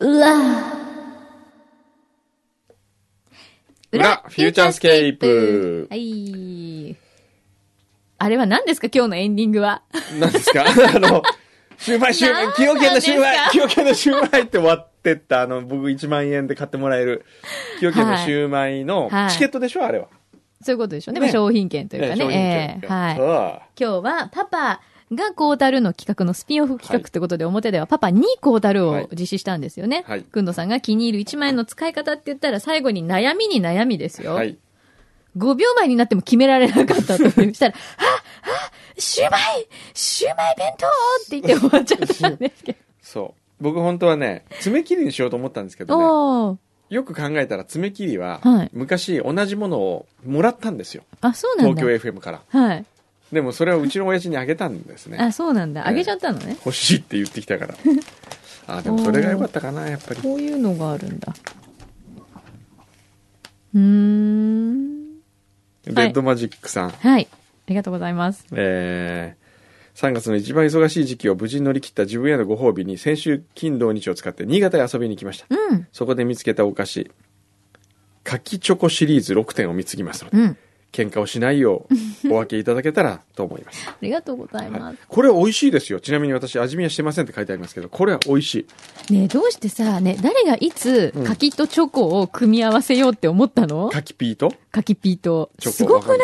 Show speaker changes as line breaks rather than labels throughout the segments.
うわ
裏フューチャースケープ
はい。あれは何ですか今日のエンディングは。
何ですか あの、シューマイ、シューマイ、崎陽軒のシューマイ、崎陽軒のシューマイって終わってった、あの、僕1万円で買ってもらえる、崎陽軒のシューマイの
はい
チケットでしょ、あれは。
そういうことでしょうね。
ね
まあ商品券というか
商品
ね。ええ
券
はい。
は
今日はパパがこうたるの企画のスピンオフ企画ということで、表ではパパにこうたるを実施したんですよね。
はい
くんどさんが気に入る1万円の使い方って言ったら最後に悩みに悩みです
い。
よ。
はい。
5秒前になっても決められなかったと いう。したら、ああシューマイシューマイ弁当って言って終わっちゃ ったんですけど。
そう。僕本当はね、爪切りにしようと思ったんですけどね、
おー。
よく考えたら爪切りは
はい、
昔同じものをもらったんですよ。
あ、そうなん
東
だ。
京 FM から。
はい。
でもそれをうちの親父にあげたんで すね。
あ、そうなんだ。
ええ
あげちゃったのね。
欲しいって言ってきたから。あ、でもそれが良かったかな、やっぱり。
こういうのがあるんだ。うーん。
レッドマジックさん。
はい。ありがとうございます。
えー、3月の一番忙しい時期を無事に乗り切った自分へのご褒美に先週金土日を使って新潟へ遊びに行きました、
うん。
そこで見つけたお菓子柿チョコシリーズ6点を貢ぎますので、
うん。
喧嘩をしないよ うお分けいただけたらと思います、
ありがとうござい
は
ま
い
す。、
これ美味しいですよちなみに私味見はしてませんって書いてありますけどこれは美味しい
ねえどうしてさ、ねえ誰がいつ、
うん
柿とチョコを組み合わせようって思ったの
柿ピーと
柿ピーと。
チョコ
すごくない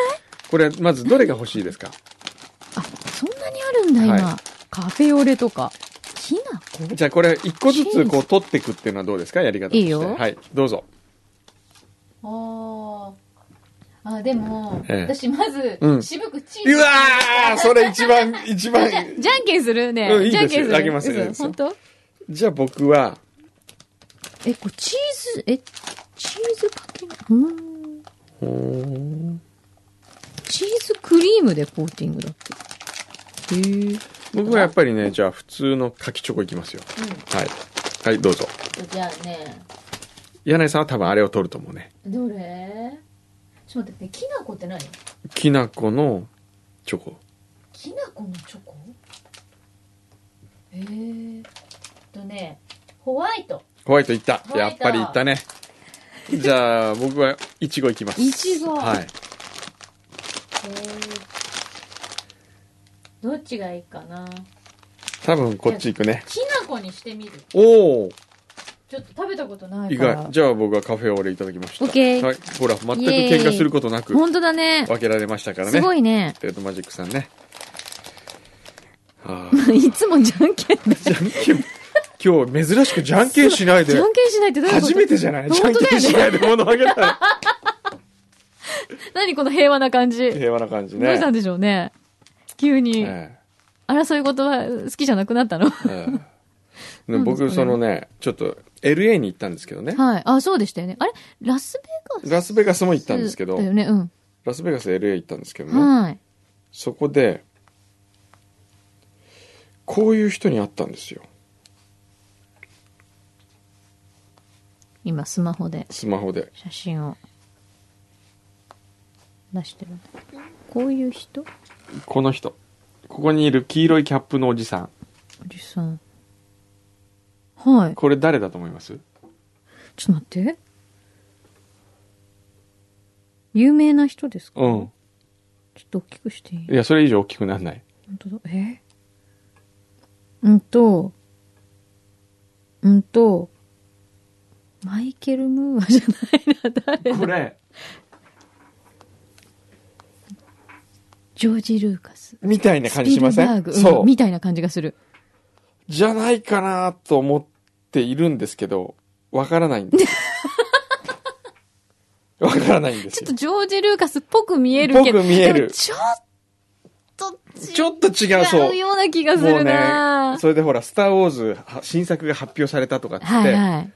これまずどれが欲しいですか
あ、そんなにあるんだ、今。
は
カフェオレとか。きな粉
じゃあこれ一個ずつこう取っていくっていうのはどうですかやり方として
いいよ
はいどうぞ
ああ、でも、
ええ私
まず
うん
渋くチ
うわーそれ一番一 番
じゃんけんするね。
うんいいです
じゃんけ
よ
んする。
あげますよ
嘘
いいですよ
本当
じゃあ僕は
え、これチーズ、え、チーズかけ、うーん。チーズクリームでコーティングだって。へえ。
僕はやっぱりね、じゃあ普通の柿チョコいきますよ。はい。はい、どうぞ。
じゃあね、
柳井さんは多分あれを取ると思うね。
どれちょっと待って、きな粉って何
きな粉のチョコ。
きな粉のチョコへえ。とね、ホワイト。
ホワイトいった。
ホワ
や
イ
っ
ト
ぱりいったね。じゃあ僕はイチゴいきます。
いちご
はい。
どっちがいいかな
多分こっち行くね。
きな粉にしてみる。
おお
ちょっと食べたことない
意
から。
外。じゃあ僕はカフェオレいただきました。
オッケー
はい。ほら、全く喧嘩することなく
本当だね。
分けられましたからね。
すごいね。
レッドマジックさんね。は
いつもじゃんけんで。
あ。じゃんけん、今日珍しくじゃんけんしない
じ
で
ゃ。んけんしないってどういうこと
初めてじゃないじゃ
本
ん
当だ
けん
よ
し
ね。
ないで物あげたら
何この平和な感じ。
平和な感じ
どう
ね
したん。でしょうね。急に。
え
争い事は好きじゃなくなったの
えええ
な
で
んですかね
僕、そのね、ちょっと LA に行ったんですけどね。
はい。あ、そうでしたよね。あれラスベガス
ラスベガスも行ったんですけど
だ、よね。うん。
ラスベガス LA 行ったんですけどね、
はい。
そこで、こういう人に会ったんですよ。
今、スマホで
スマホで。
写真を出してる。こういう人お
この人。ここにいる黄色いキャップのおじさん。
じさん。はい。
これ誰だと思います
ちょっと待って。有名な人ですか
うん。
ちょっと大きくしていい
いや、それ以上大きくならない。
本当だ。えうんと、うんと、マイケル・ムーアじゃないな、誰
これ、
ジョージ・ルーカス。
みたいな感じしませ
スピルバー
ん
グうん
そう。
みたいな感じがする。
じゃないかなと思っているんですけど、わからないんで す。わからないんです
ちょっと。
よ
ジョージ・ルーカスっぽく見えるけど。
ぽく見える
でもちょっと
ちょっと違う、そう
違う。ような気がす
もう
る
ね
な、
それでほら、スター・ウォーズは新作が発表されたとかっつって、
はいはい。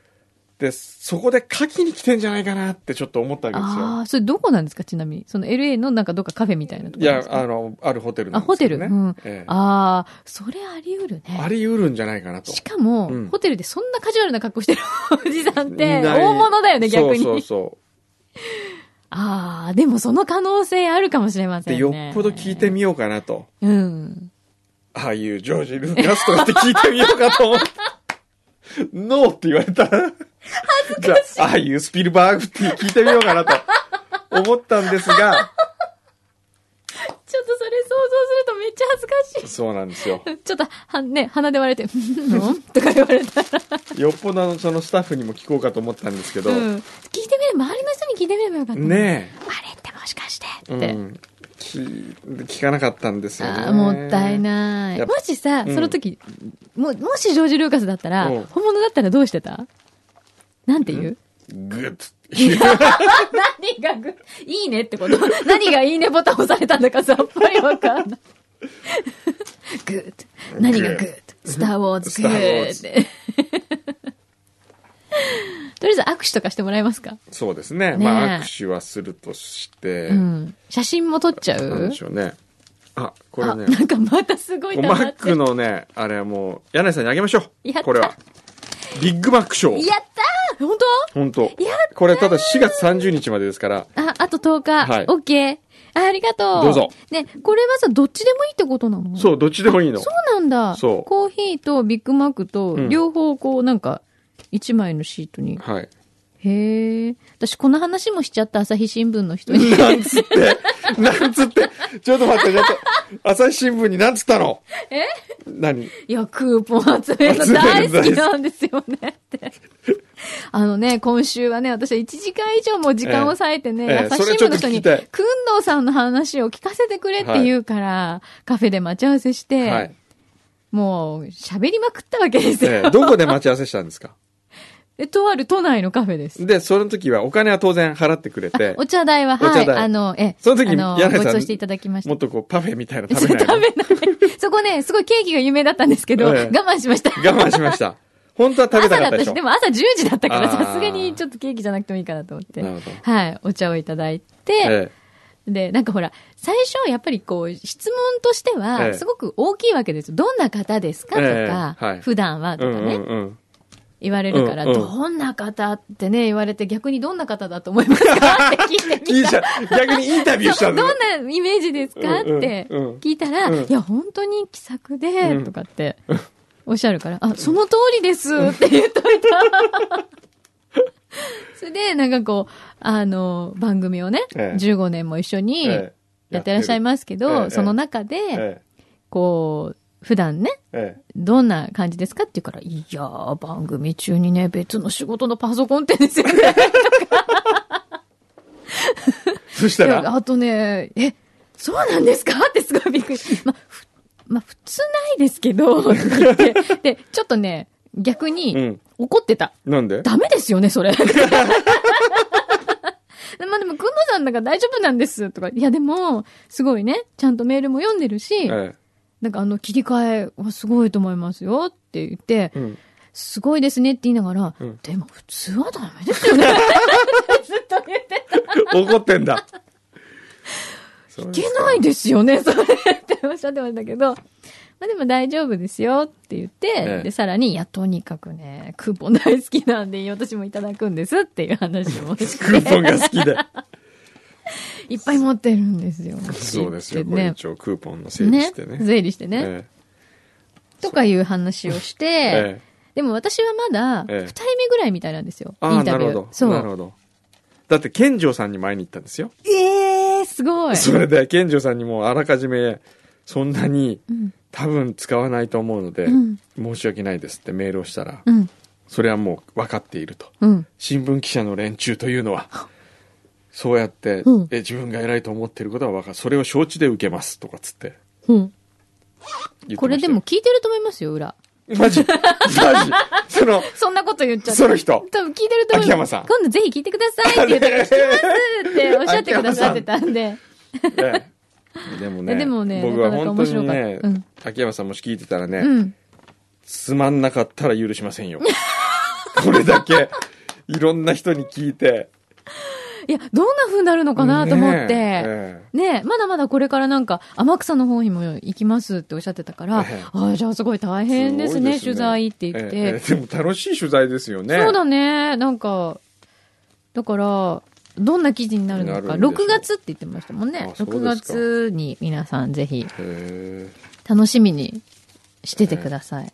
で、そこで書きに来てんじゃないかなってちょっと思ったわけです
あ
よ。
あ、それどこなんですかちなみに。その LA のなんかどっかカフェみたいなとこ
い
ろで
や
す、か
あの、あるホテルな
あ、
んで
ホ
すけ
テ
ど
ル。
ね。
うん。
ええ
ああ、それあり得る
あ
ね。
り得るんじゃないかなと。
しかも、
うん
ホテルでそんなカジュアルな格好してる おじさんって、
ない
大物だよね、逆に。
そうそうそう。
ああ、でもその可能性あるかもしれません
で、
ね。
よっぽど聞いてみようかなと。
うん。
ああいうジョージ・ルーカスとかって聞いてみようかと思って。ノーって言われたら。じゃあ、ああいうスピルバーグって聞いてみようかなと思ったんです が、
ちょっとそれ想像するとめっちゃ恥ずかし い。
そうなんですよ。
ちょっと、は、ね、鼻で割れて、 うんとか言われたら。
よっぽどあのそのスタッフにも聞こうかと思ったんですけど、
うん。聞いてみれば、周りの人に聞いてみればよかった。。
ね
あれってもしかして
え、
って。
うん、聞聞かなかったんですよね。
ああ、もったいな
や
い。
っぱ
もしさ、
うん
その時、も、もしジョージ・ルーカスだったら、
うん
本物だったらどうしてたなんて言う
グッズ。
何がぐ、いいねってこと何がいいねボタン押されたんだかさっぱりわかんない。グッド。何がグッドスターウォーズグッ
スタ
ド。とりあえず握手とかしてもらえますか、
そうですね。
ねえ
まあ握手はするとして、
うん。写真も撮っちゃ
なん
う
でしょうね。あ、これ
あ、
ね、
なんかまたすごい
こうマ
黙
ッ
って
ク
る。
のね、あれはもう、柳井さんにあげましょ
やった
う。これは。ビッグマック賞。
やったー本当
本当これただ4月30日までですから、
あ、あと10日。
はい
オッケー。あ、ありがとう。
どうぞ。
ね、これはさ、どっちでもいいってことなの
そう、どっちでもいいの。
そうなんだ。
そう
コーヒーとビッグマックと
う、ん
両方こう、なんか、一枚のシートに。
はい。
へえ。私、この話もしちゃった朝日新聞の人に。
なんつって、 なんつって、ちょっと待って、ちょっと、朝日新聞になんつったの
え
何
いや、クーポン集めるの大好きなんですよね って。あのね、今週はね、私は1時間以上も時間を割いてね、
ええええ
朝日新聞の人に、
それちょっと聞きたい
くんどうさんの話を聞かせてくれって言うから、カフェで待ち合わせして、
はい。
もう喋りまくったわけですよ。
ええどこで待ち合わせしたんですか
えとある都内のカフェです。
で、その時はお金は当然払ってくれて、
お茶代は、
お
は
茶
い。
代
あの、え、
その時
あの
柳井さん
ご馳走していただきました
もっ。とこうパフェみたいなの
そ
食
う
べ
食べ
な
ないい。 そこね、すごいケーキが有名だったんですけど、
ええ
我慢しました。
の。我慢しました。本当は食べたか
朝だ
った
った
でしょ
し、で。も朝10時だったから、
あー
さすがにちょっとケーキじゃなくてもいいかなと思って
なるほど。
はい。お茶をいただいて、
え
で、なんかほら、最初やっぱりこう、質問として
え
は、
え
すごく大きいわけですよ。どんな方ですかとか
ええはい、
普段は
えう
とか
んうん
ね、
うん。
言われるから、
うんうん
どんな方ってね、言われて、逆にどんな方だと思いますかって 聞いて
い
み
い
た
じゃん。逆にインタビューした
ど
ん
ん
だよ。
なイメージですかっ
うんうん
て
うん
聞いたら、
うん
いや、本当に気さく
う
で、
ん
とかっておっしゃるから、あ、その通りですって言っといた。 それで、なんかこう、あの、番組をね、
ええ
15年も一緒に
ええ
やってらっしゃいますけ
やって
ど、
る
その中
え
で、
え
こう、普段ね、
ええ
どんな感じですかって言うから、いやー、番組中にね、別の仕事のパソコンってですよね。
そした
いや
ら、
あとね、え、そうなんですかってすごいびっ くり。まあ、ふまあ、普通ないですけど、とか言ってで、ちょっとね、逆
う
に
ん、
怒ってた。
なんで
ダメですよね、それ。 まあでも、くんのさんなんか大丈夫なんです、とか。いや、でも、すごいね、ちゃんとメールも読んでるし、
え
なんかあの、切り替えはすごいと思いますよ、って言って、
え。うん。
すごいですねって言いながら、
うん
でも普通はダメですよね。 ずっと言ってた
怒ってんだ。い
いけないですよね、そ れっておっしゃってましたけど。まあでも大丈夫ですよって言って、
ええ
で、さらに、いや、とにかくね、クーポン大好きなんで、私もいただくんですっていう話もし
クーポンが好き で。
いっぱい持ってるんですよ。
そうですよ。
って
これ
ね。
一応クーポンの整理
ね
してね。。
整理してね。
え
とかいう話をして、
えええ
でも私はまだ、
ええ
二人目ぐらいみたいなんですよ。
あ
イ
あ、
ン
な
タビ
る
ュ
ほ
ー
ど。。
そ
なる
う。
ほど。だって、健城さんに前に行ったんですよ。
ええー、すごい。
それで、健城さんにもうあらかじめ、そんなに
うん。
多分使わないと思うので、
うん
申し訳ないですってメールをしたら、
うん。
それはもう分かっていると。
うん。
新聞記者の連中という のは、そうやって、
うん
え自分が偉いと思ってることは分かる。それを承知で受けますとかつって
うん。
言ってましたよ
これでも聞いてると思いますよ、裏。
マジマジ その、
そんなこと言っちゃった。
その人
多分聞いてると思う。
秋山さん
今度ぜひ聞いてくださいって言って、聞きま すっておっしゃってくださってたんで。
ねでもね、
でもね
僕は
なかなか
本当
面白
に
かった
ね、
うん
秋山さんもし聞いてたらね、
うん。
つまんなかったら許しませ んよ。これだけ、いろんな人に聞いて。
いや、どんな風になるのかなと思って。
ね
ね
え
えまだまだこれからなんか、天草の方にも行きますっておっしゃってたから、
ええ
ああ、じゃあすごい大変ですね、
すご
取
い
材って言って。
ええええでも楽しい取材ですよね。
そうだね。なんか、だから、どんな記事になるの
な
か。
るんでしょう
6月って言ってましたもんね。
あそう
6
ですか
月に皆さんぜひ
へ
楽しみにしててください。
はい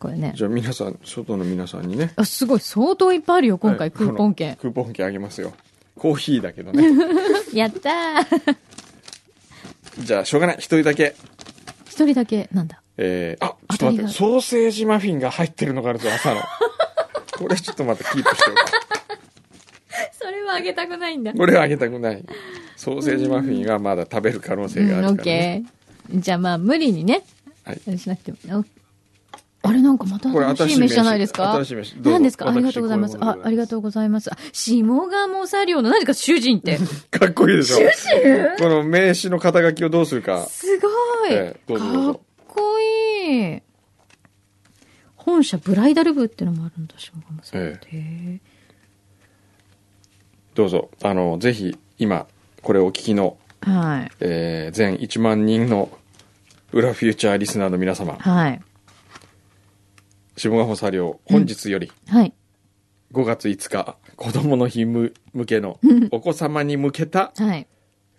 これね
え。じゃあ皆さん、外の皆さんにね。
あ、すごい。相当いっぱいあるよ、今
は
回、
い
クーポン
あの
券。
クーポン券あげますよ。コーヒーだけど ね。
やったー。
じゃあ、しょうがない。一人だけ。
一人だけ、なんだ。
えー、あ、
あ
ちょっ
誰
と待っ
が
て。ソーセージマフィンが入ってるのがあるぞ、朝の。これちょっとまたキープしておこ
それはあげたくないんだ
う。これはあげたくない。ソーセージマフィンはまだ食べる可能性があ
うん、オ
る
ッ
から、ね
ケー。じゃあまあ、無理にね。
はい
あれしなくても。おあれなんかまた
これ
新しい名刺じゃないですか
新しい名刺どうぞ
何ですかあ
私
りがとうございます
こういうもの
あ
でございます
ありがとうございますあ下鴨作業の何ですか主人って
かっこいいでしょ。この名刺の肩書きをどうするか。
すごい、
ええどうぞどう
か
ぞ
っこいい本社ブライダル部ってのもあるんだ下鴨作業って、へえ
どうぞ、あの、ぜひ、今、これをお聞きの、
はい
えー、全1万人の、裏フューチャーリスナーの皆様、
はい
下鴨作業、本日より、
はい
5月5日、子供の日む向けの、お子様に向けた、
はい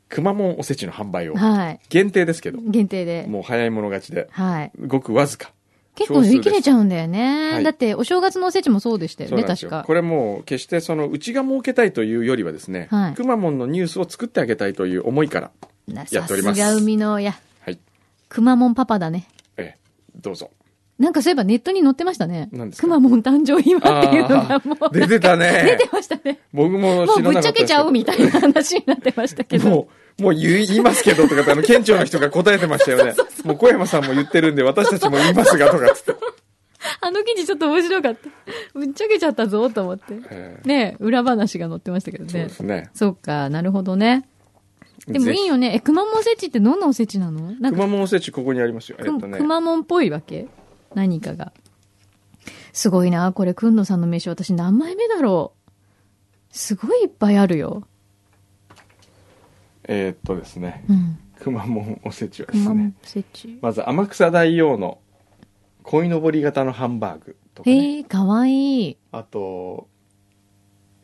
くまモンおせちの販売を、
はい
限定ですけど、
限定で
もう早い者勝ちで、
はい
ごくわずか。
結構売り切れちゃうんだよね、
はい
だってお正月のおせちもそうでしたよ
そう
ね
なんです
確
よ
か
これもう決してそのうちが儲けたいというよりはですね、
はい
くまモンのニュースを作ってあげたいという思いから、
な
や
さ
ってお
す
ります
が海の親。
はい、
くまモンパパだね。
えーどうぞ。
なんかそういえばネットに載ってましたね
何で。すか
くまモン誕生今っていうのがもう。
出てたね。
出てましたね。
僕も
もう
知ら
ぶ
な
っち
かった
ゃけちゃうみたいな話になってましたけ
けど。
ど。
もう、もう言い言いますけどとかって、あの、県庁の人が答えてました よね。もう小山さんも言ってるんで、私たちも言いますがとかっつって。
あの記事ちょっと面白かった。ぶっちゃけちゃったぞと思って。
えー
ねえ裏話が載ってましたけど
そう
ね
で。すね。
そうか、なるほどね。でも
ぜ
い
ひ
いよね。え、くまモンおせちってどんなおせちなのなん
く
か、
まモンおせちここにありますよ。えっとね
く。まモンっぽいわけ何かが。すごいな。これ、くんのさんの名刺私何枚目だろうすごいいっぱいあるよ。
えーっとですね。
うん。
くまモンおせちはで
熊
す
本
ね。
設置。
まず、天草大王の、鯉のぼり型のハンバーグとか、ね。
へえ、かわいい。
あと、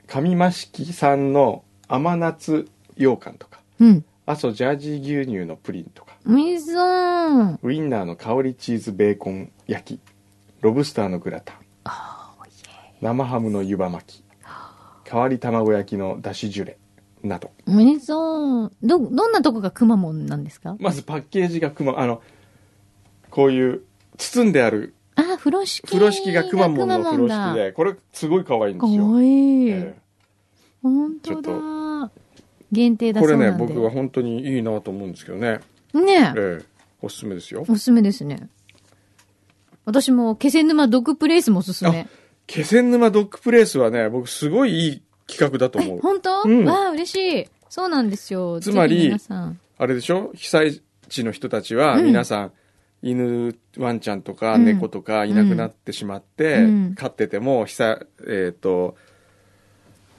上益城さんの甘夏羊羹とか、
うん。
阿蘇ジャージー牛乳のプリンとか、
みそーん。
ウインナーの香りチーズベーコン焼きロブスターのグラタン生ハムの湯葉巻き代わり卵焼きのだしジュレなど
みそーん。ど、どんなとこがくまモンなんですか
まずパッケージがくまあのこういう包んである
あ、風呂敷。
風呂敷がくまモンの風呂
くまモ
敷
ンだ
でこれすごい可愛いんで
か
すよ、
わいい。
え
ほんと
ち
だ。限定
え
だ
こ
そ
れ
う
ね
なんで。
僕は本当にいいなと思うんですけどね、
ねえ。
ええ、おすすめですよ
おすすめですね。私も、気仙沼ドッグプレイスもおすすめ。
気仙沼ドッグプレイスはね僕すごいいい企画だと
え
思う、
本当、
うん
わあ、嬉しい。そうなんですよ。
つまり
ぜひ皆さん。
あれでしょ被災地の人たちは
うん
皆さん、犬ワンちゃんとか
うん
猫とかいなくなってしまって、
うん
飼ってても被災えっ、と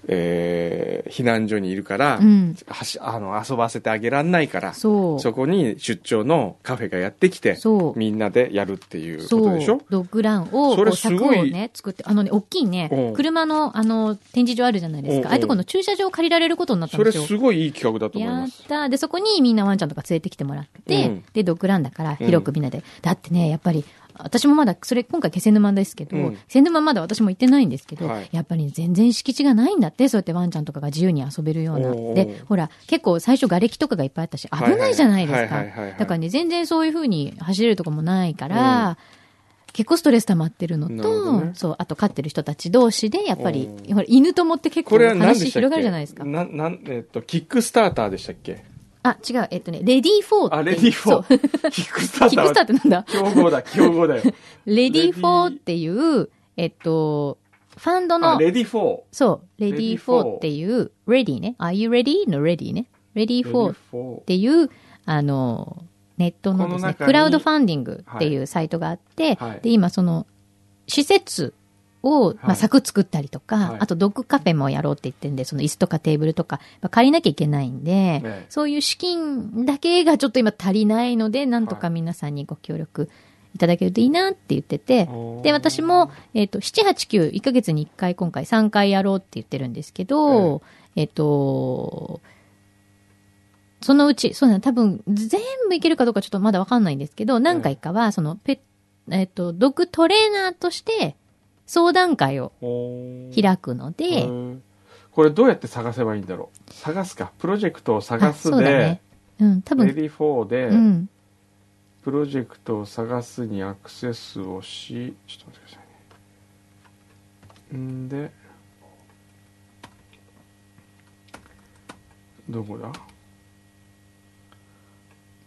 えー避難所にいるから、
うん
はしあの遊ばせてあげらんないからそ
そう。
こに出張のカフェがやってきて
そう
みんなでやるっていうこ
そ
とで
う
しょ、
ドッグランを、
それ
こう
すごい
柵をね、作って、あのね、大きい
うん
ね、車の、あの、展示場あるじゃないです
うんうん
か。ああいうとこの駐車場を借りられることになったんで
それ
すよ。
すごいいい企画だと思い
や
ま
っ
す
たーで、そこにみんなワンちゃんとか連れてきてもらって、
うん
で、ドッグランだから、広くみんなで。だってね、やっぱり、私もまだ、それ今回気仙沼ですけど、
うん
気仙沼まだ私も行ってないんですけど、
はい
やっぱり全然敷地がないんだって、そうやってワンちゃんとかが自由に遊べるような。
おー
で、ほら、結構最初瓦礫とかがいっぱいあったし、危ないじゃないですか
はいはいはいはいはい。
だからね、全然そういう風に走れるとこもないから、結構ストレス溜まってるの
なるほ
と
ど、ね
そう、あと飼ってる人たち同士で、やっぱり
お、ー
ほら犬友って結
こ
構
れは何で
話
した
広
っ
がる
け
じゃないですか。
ななんえっとキックスターターでしたっけ
あ、違う。えっとね、レディー4っていう。
あ、レディー
そう
4。キ ックスター
キ
タ
ッ
ー
クスター
は。
ってなんだ
競合だ、競合だよ。
レディー
レディ
4っていう、えっと、ファンド
あ、
の、
レディー4。
そう、レディー4
4
っていう、レディね。Are you ready? のレディね。レディー4っ
4
ていう、あの、ネットの
こ
で
の
すね、
中に
クラウドファンディングっていうサイトがあって、
はい
で、今その、施設を、ま
は
あ、
い
柵作ったりとか、
はい
あとドッグカフェもやろうって言ってんで、その椅子とかテーブルとか、まあ、借りなきゃいけないんで、
ね
そういう資金だけがちょっと今足りないので、なんとか皆さんにご協力いただけるといいなって言ってて、
おー
で、私も、えっ、と、7、8、9、1ヶ月に1回、今回3回やろうって言ってるんですけど、えっ、と、そのうち、そうだな、多分、全部いけるかどうかちょっとまだわかんないんですけど、何回かは、その、ペえっ、と、ドッグトレーナーとして、相談会を
おー
開くので、
うんこれどうやって探せばいいんだろう探すか。プロジェクトを探
あ、
す
そうだね
で、。
うん、多
レ
分、
ディー4で、
うん。
プロジェクトを探すにアクセスをし、ちょっと待ってくださいね。んで、どこだ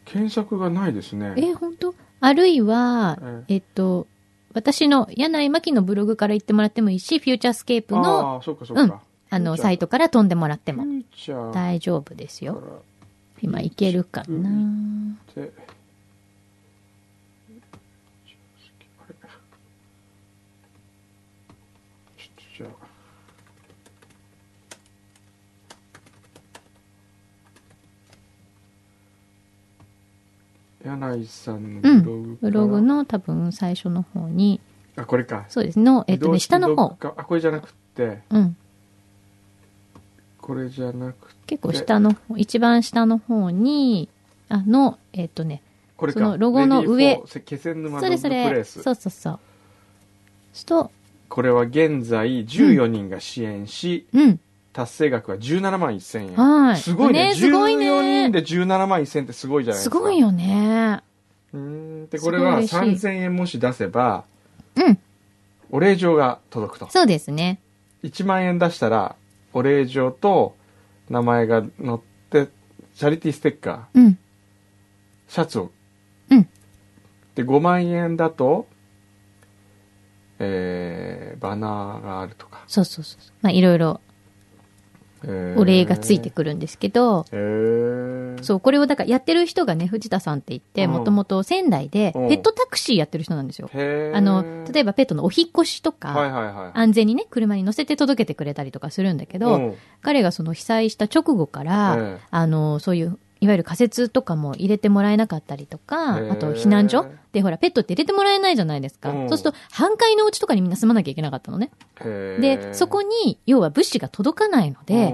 検索がないですね。
え、本当あるいは、
うん
えっと、私の柳井真紀のブログから行ってもらってもいいし、フューチャースケープの、あ
ああ、そっかそっか。
うんの、サイトから飛んでもらって
フ
も
ューチャーか
大丈夫ですよ。
ら
今いけるかな。
であれちょっとじゃあ柳井さんの
う
ブログ
ん。
か
ブ
ら
ログの多分最初の方に、
あこれか
そうですの、えっとね、下の
移動
方
式。読解あこれじゃなくって
うん。
これじゃなくて
結構下の方、一番下の方に、あの、えっとね、
これか
そのロゴの上
レディーフォー気仙沼
そ
ドッ
れ
グ
そ
プレ
れ、
イス
そうそうそう。すと、
これは現在14人が支援し、
うん。
達成額は17万1000円、
はい
すごいね
ねすごいね
14人で17万1000ってすごいじゃないですすか
ごいよね。
うーんでこれは
すごい嬉しい
3000円もし出せば
うん。
お礼状が届くと
そうですね。
1万円出したらお礼状と名前が載ってチャリティーステッカ
うん。
ーシャツを
うん
で5万円だとえー、バナーがあるとか、
そうそうそうそう。まあ、いろいろ
えー
お礼がついてくるんですけど、
へー
そう、これをだからやってる人がね、藤田さんって言って、
うん
もともと仙台で
うん
ペットタクシーやってる人なんですよ。
へー
あの、例えばペットのお引っ越しとか、
はいはいはい
安全にね、車に乗せて届けてくれたりとかするんだけど、
うん
彼がその被災した直後から、
ええ
あの、そういう、いわゆる仮設とかも入れてもらえなかったりとか、
へえ
あと避難所でほら、ペットって入れてもらえないじゃないですか。
うん
そうすると、半階のお家とかにみんな住まなきゃいけなかったのね。で、そこ
に
に、要は物資が届かないので、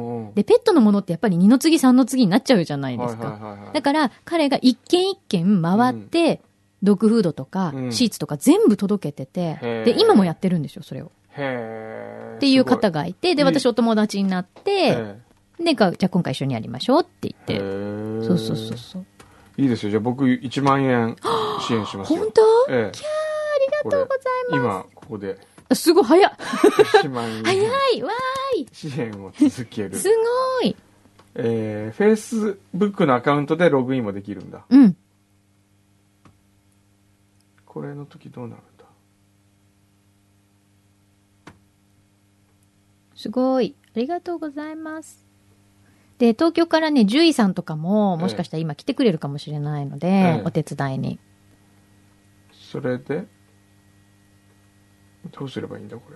で、
で
ペットのものってやっぱり二の次三の次になっちゃうじゃないですか。だから、彼が一軒一軒回って、ドッグフードとか
う、ん
シーツとか全部届けてて、
へー
で、今もやってるんですよ、それを。
らっ
っていう方がいて、で、
うん
私お友達になって、
え
で、かじゃあ今回一緒にやりましょうって
え
言
へ
って、
ー
そうそうそうそう。
いいですよじゃあ僕1万円支援しますよ
本当
ええキャーありがとうございます今ここで
あすごい早っ
1万
早
円
いわ
支援を続ける
ーすごい
えフェイスブックのアカウントでログインもできるんだ
うん。
これの時どうなるんだ
すごい。ありがとうございます。で、東京からね、獣医さんとかも、もしかしたら今来てくれるかもしれないので、
ええ
お手伝いに。
それでどうすればいいんだこれ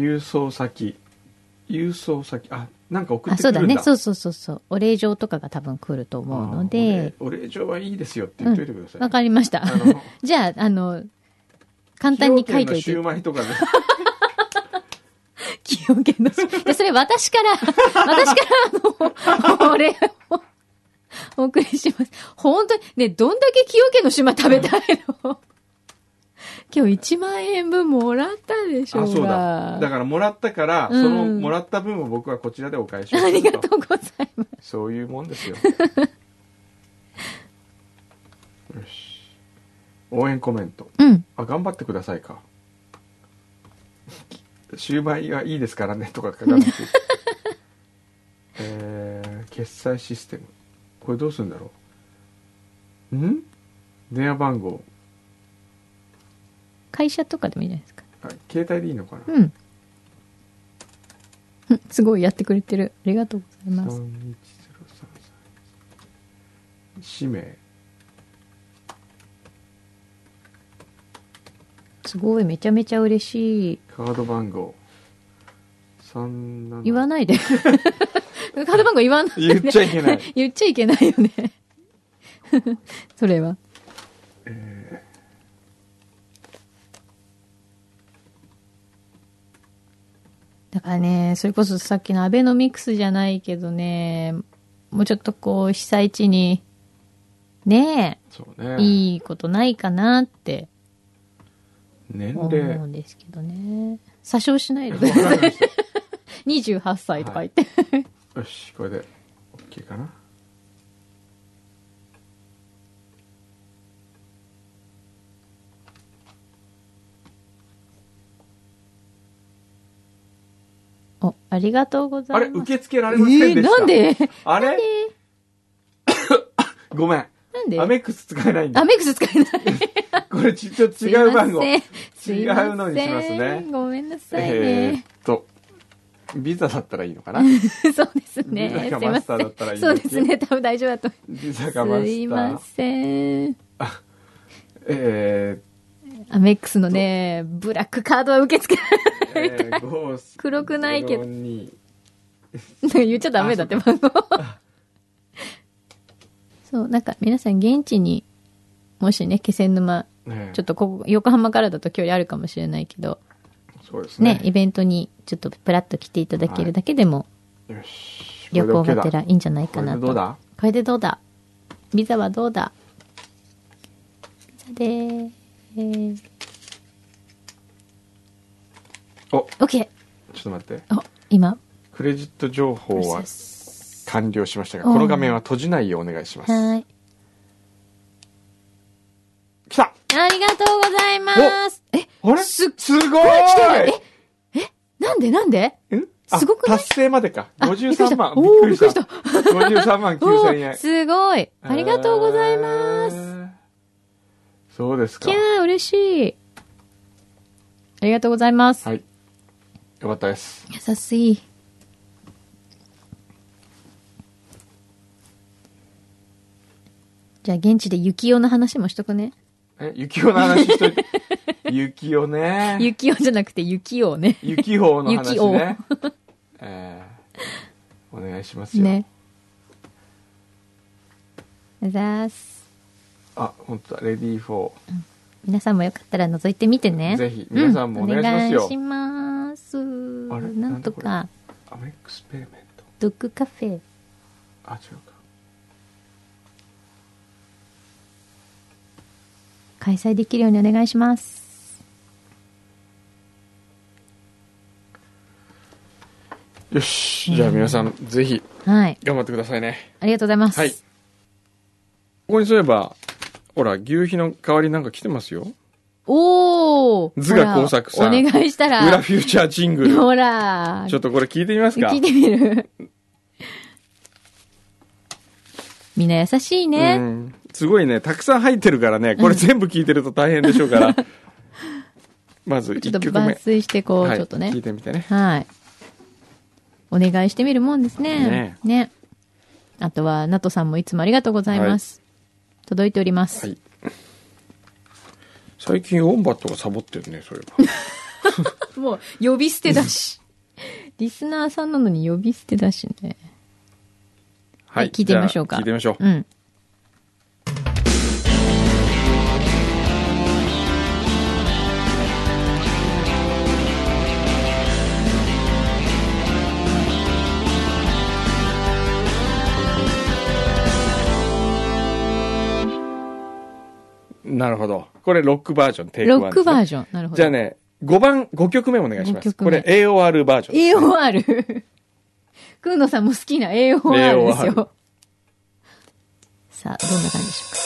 郵送先郵送先あなんか送っ
あ、
て
そ
く
うだ
るんだ
ね。そうそうそうそう。お礼状とかが多分来ると思うので、
あお礼お礼状はいいですよって言っといてください、
わかりました
あの。
じゃあ、あの、簡単に書いとい
崎
て
陽軒のシュー。マイとかで
崎陽軒のシュー。でそれ私 から、私から、あの、お礼をお送りします。本当に、ね、どんだけ崎陽軒のシューマイ食べたいの 今日1万円分もらったでしょ
あそうだ
が
だからもらったから、
うん
そのもらった分を僕はこちらでお返し を
あ
す
り
る
が
と
とうございます。
そういうもんですよよし応援コメント
うん。
あ頑張ってくださいか シューマイはいいですからねとか書かなくて決済システムこれどうするんだろうん電話番号
会社とかでもいいじゃないですか。
あ携帯でいいのかな、
うん。うんすごいやってくれてる。ありがとうございます。
3103氏名
すごい、めちゃめちゃ嬉しい。
カード番号37
言わないで。 カード番号言わないで、
言っちゃいけない
言っちゃいけないよね。 それは。だからね、それこそさっきのアベノミクスじゃないけどね、もうちょっとこう、被災地に、ね
そうね
え、いいことないかなって
年
思
齢
うんですけどね。詐称しないでくだ
わか
さ
りま
い。
した
28歳とか言って。
よしこれで OK かな
お、ありがとうござ
あ
いま
れ
す。
受け付けら
え
れませんでし
ー
た、
なんで
あれ ごめん
なんで
アメックス使えないん
ア
だ
メックス使えない。
これちょっと違う番号
すいません
違うのにします
いせ
ね
んごめんなさい
えー
ね
っ。とビザだったらいいの かな
そうですね。
ビ
すい
ザか
ま
マス
せ
ターだったらい
ん。
い
そ
の
う
に
ですね。多分大丈夫だと
ビザかマ
思います。すい
スタ
ま
ー
せん。
え
アメックスのね、ブラックカードは受け付けない。
ー、え ー、5
黒くないけど
2
なん か言っちゃダメだって
あ
番号。 そう、なんか皆さん現地に、もしね、気仙沼、
ね
ちょっとここ、横浜からだと距離あるかもしれないけど、
そうですね
ね、イベントにちょっとプラッと来ていただけるだけでも、
よし
旅行
これ
が
で OK
てら
だ
いいんじゃないかなと。
これでどうだ
これでどうだビザはどうだビザでーす。
お
OK!
ちょっと待って
お、今、
クレジット情
プ
報
ロ
は
セス。
完了しましたが
おー
この画面は閉じないようお願いしま
は
す
ーい。
来た
ありがとうございますえ、
あれ
す
すご
来て
ー
る
い
なんでなんで
んあ
すごくない
達成までか。
あ
53万。
び
び
っ
っ
く
く
り
り
した
した。53
お
万 9000
ー
円。
すごいありがとうございます、
えー。そうですか
キャ。ー嬉しいありがとうございます、
はい。よかったです。
優しいじゃあ現地で雪男の話もしとくね
え、雪男の話しと いて。雪男ね。
雪男じゃなくて雪男ね
雪男の話
雪男
ね。えーお願いしますよ。
ねありがとうございます
あ、本当だ。レディーフォー。
皆さんもよかったら覗いてみてね。
ぜひ皆さんもお願いしますよ
お願いします
あれ
なんと
な
か、
アメックスペーメント。
ドッグカフェ。
あ、違うか。
開催できるようにお願いします。
よし。じゃあ皆さん、ぜひ、
はい。
頑張ってくださいね。
ありがとうございます。
はい。ここにそういえば、ほら、牛皮の代わりなんか来てますよ。
おお
図画工作さん
お願いした
裏
ら。
フューチャージング ル。
ほら。
ちょっとこれ聞いてみますか
聞いてみるみんな優しいうね。
んすごいね、たくさん入ってるからね、これ全部聞いてると大変でしょ うから。まず
ちょ
1
っと
曲目
抜。粋してこう、
はい
ちょっと
聞い
ね。
てみてね。
はい。お願いしてみるもんですね
ね。
ね。あとは、ナトさんもいつもありがとうございます。届いております。
はい最近、オンバットがサボってるね、そうい えば。
もう、呼び捨てだ し。リスナーさんなのに呼び捨てだしね。はい聞いてみましょうか
じゃあ聞いてみましょう。
うん。
なるほど。これ、ロックバージョン、テイク
ロ
ワン
ッ
です
ク
ね
バージョン。なるほど。
じゃあ。ね、5番、5曲目お願いしま
五
す。
曲
こ
目
れ、AOR バージョンですね。
AOR。くんのさんも好きな AOR ですよ。さあ、どんな感じでしょうか。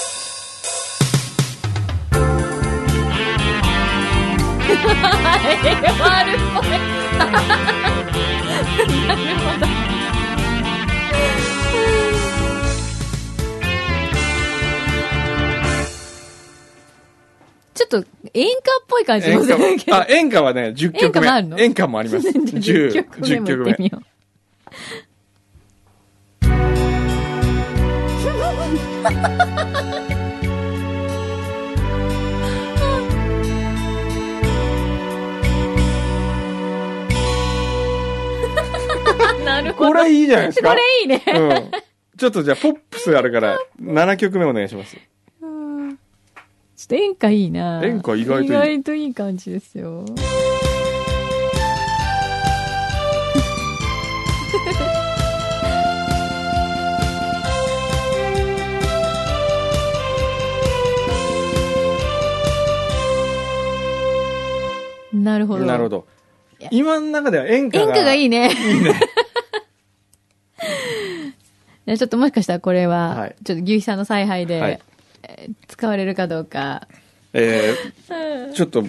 AOR っぽい。 なるほど。ちょっと演歌っぽい感じ
演
もす
歌
る
も
けど。
あ、演歌はね、10曲
演歌
目。
もあるの
演歌もあり ます。10
10曲目も行ってみよ う。なるほど。
これいいじゃないですか
これいいね。
うん。ちょっとじゃあ、ポップスあるから、7曲目お願いします。
うんちょっと演歌いいな
演歌意外といい
意外といい感じですよ。なるほど。
なるほど。今の中では演歌
演
が。
歌がい
い。
いね。 ねちょっともしかしたらこれは、
はい
ちょっと牛肥さんの采配で、
はい
えー使われるかどうか、
えー、ちょっと、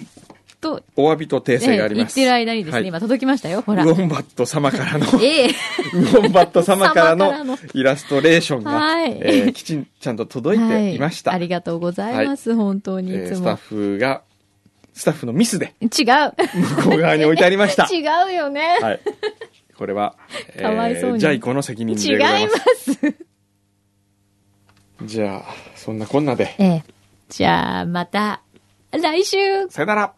と、
お詫びと訂正があり
言
ま
っ
す。
てる間にですね、
はい
今届きましたよ、ほら
ウ。ォンバット様からの、ウ
ええ
ォンバット様から
様からの
のイラストレーションが
はい、
えーきちんちゃんと届いていました。
はいありがとうございます、本当にい
えー
つ
スタ
も。
ッフが、スタッフのミスで、
違
向こう側に置いてありました。
う。違うよね。
はい。これは、え
かわいそうに
ー、ジャイコの責任で
違
ご
い
ざい
ま
ます。
す。
じゃあ、そんなこんなで、
ええじゃあ、また、来週
さよなら